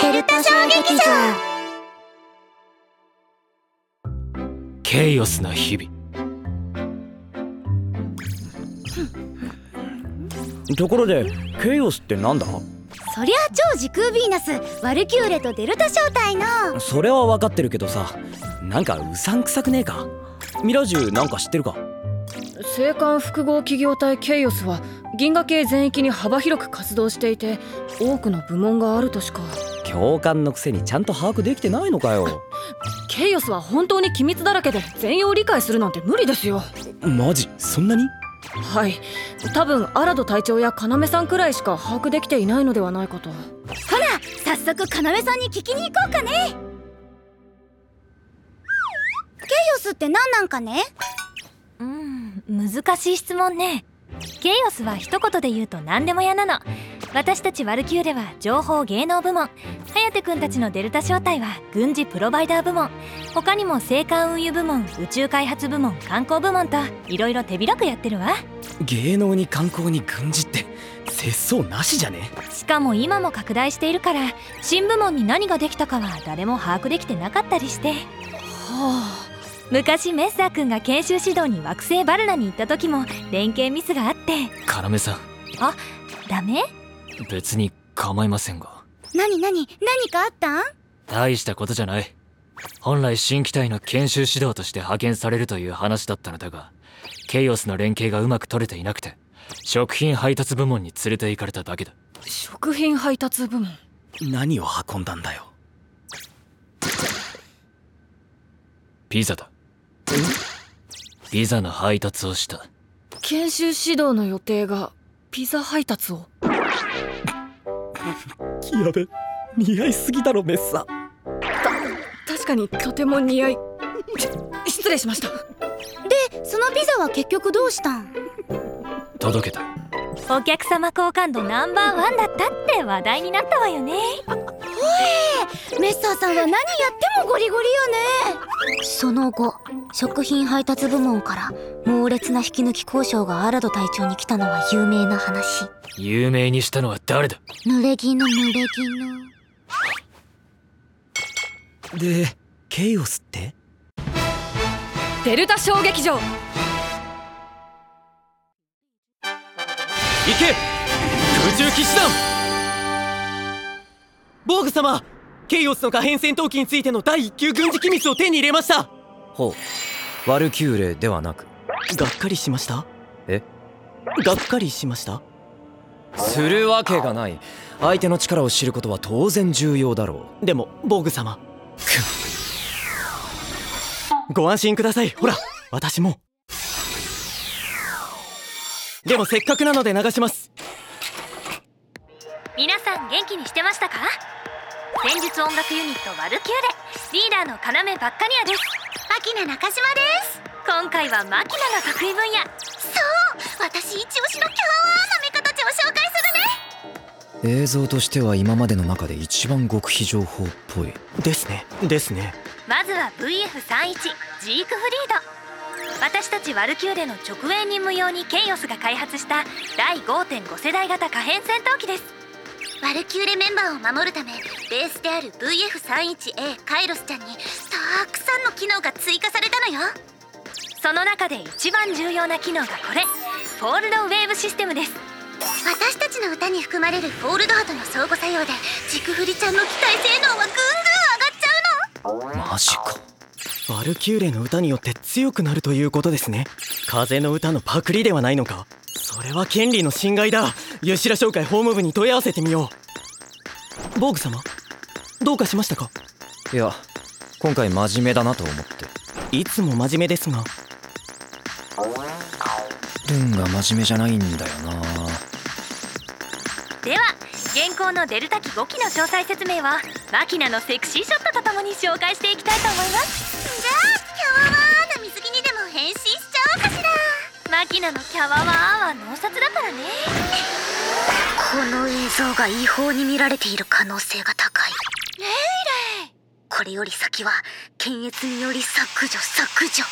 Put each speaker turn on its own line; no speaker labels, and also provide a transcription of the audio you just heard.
ケルパ小劇場
ケイオスな日々
ところでケイオスってなんだ
そりゃ超時空ヴィーナスワルキューレとデルタ小隊の
それは分かってるけどさなんかうさんくさくねえかミラジュなんか知ってるか
青函複合企業体ケイオスは銀河系全域に幅広く活動していて多くの部門があるとしか
教官のくせにちゃんと把握できてないのかよ
ケイオスは本当に機密だらけで全容理解するなんて無理ですよ
マジそんなに
はい多分アラド隊長や要さんくらいしか把握できていないのではないかと
ほら早速要さんに聞きに行こうかねケイオスって何なんかね
うん難しい質問ねケイオスは一言で言うと何でも嫌なの私たちワルキューレは情報芸能部門颯くんたちのデルタ招待は軍事プロバイダー部門他にも青函運輸部門宇宙開発部門観光部門といろいろ手広くやってるわ
芸能に観光に軍事って節操なしじゃね
しかも今も拡大しているから新部門に何ができたかは誰も把握できてなかったりして
は
昔メッサーくんが研修指導に惑星バルナに行った時も連携ミスがあって
カメさん
ダメ
別に構いませんが
何何何かあったん
大したことじゃない本来新機体の研修指導として派遣されるという話だったのだがケイオスの連携がうまく取れていなくて食品配達部門に連れて行かれただけだ
あ食品配達部門
何を運んだんだよ
ピザだピザの配達をした
研修指導の予定がピザ配達を
やべ似合いすぎだろメッサ
確かにとても似合い失礼しました
そのピザは結局どうしたん
届けた
お客様好感度ナンバーワンだったって話題になったわよね
メッサーさんは何やってもゴリゴリよねその後食品配達部門から猛烈な引き抜き交渉がアラド隊長に来たのは有名な話
有名にしたのは誰だ
濡れ着の濡れ着の
でケイオスって
デルタ小劇場
行け宇宙騎士団
ボーグ様ケイオスの可変戦闘機についての第1級軍事機密を手に入れました
ほうワルキューレではなく
がっかりしました
え
がっかりしました
するわけがない相手の力を知ることは当然重要だろ
でもボーグ様ご安心くださいほら私もでもせっかくなので流します
皆さん元気にしてましたか先日音楽ユニットワルキューレリーダーの要ばっかりやですアキナ中島です今回はマキナの得意分野そう私一押しのキャーなメカたちを紹介するね
う映像としては今までの中で一番極秘情報っぽい
ですねですね
まずは VF31 ジークフリード私たちワルキューレの直営任務用にケイオスが開発した第5.5世代型可変戦闘機ですワルキューレメンバーを守るためベースである VF31A カイロスちゃんにたくさんの機能が追加されたのよその中で一番重要な機能がこれフォールドウェーブシステムです私たちの歌に含まれるフォールド波との相互作用でジクフリちゃんの機体性能はぐんぐん上がっちゃうの
マジか
バルキューレの歌によって強くなるということですね風の歌のパクリではないのかそれは権利の侵害だユシラ商会法務部に問い合わせてみようボーグ様どうかしましたか
いや今回真面目だなと思って
いつも真面目ですが
ルンが真面目じゃないんだよな
では現行のデルタ機5機の詳細説明はマキナのセクシーショットとともに紹介していきたいと思いますじゃあキャワワーな水着にでも変身しちゃおうかしらマキナのキャワワーは脳殺だからね
この映像が違法に見られている可能性が高いレイレイこれより先は検閲により削除削除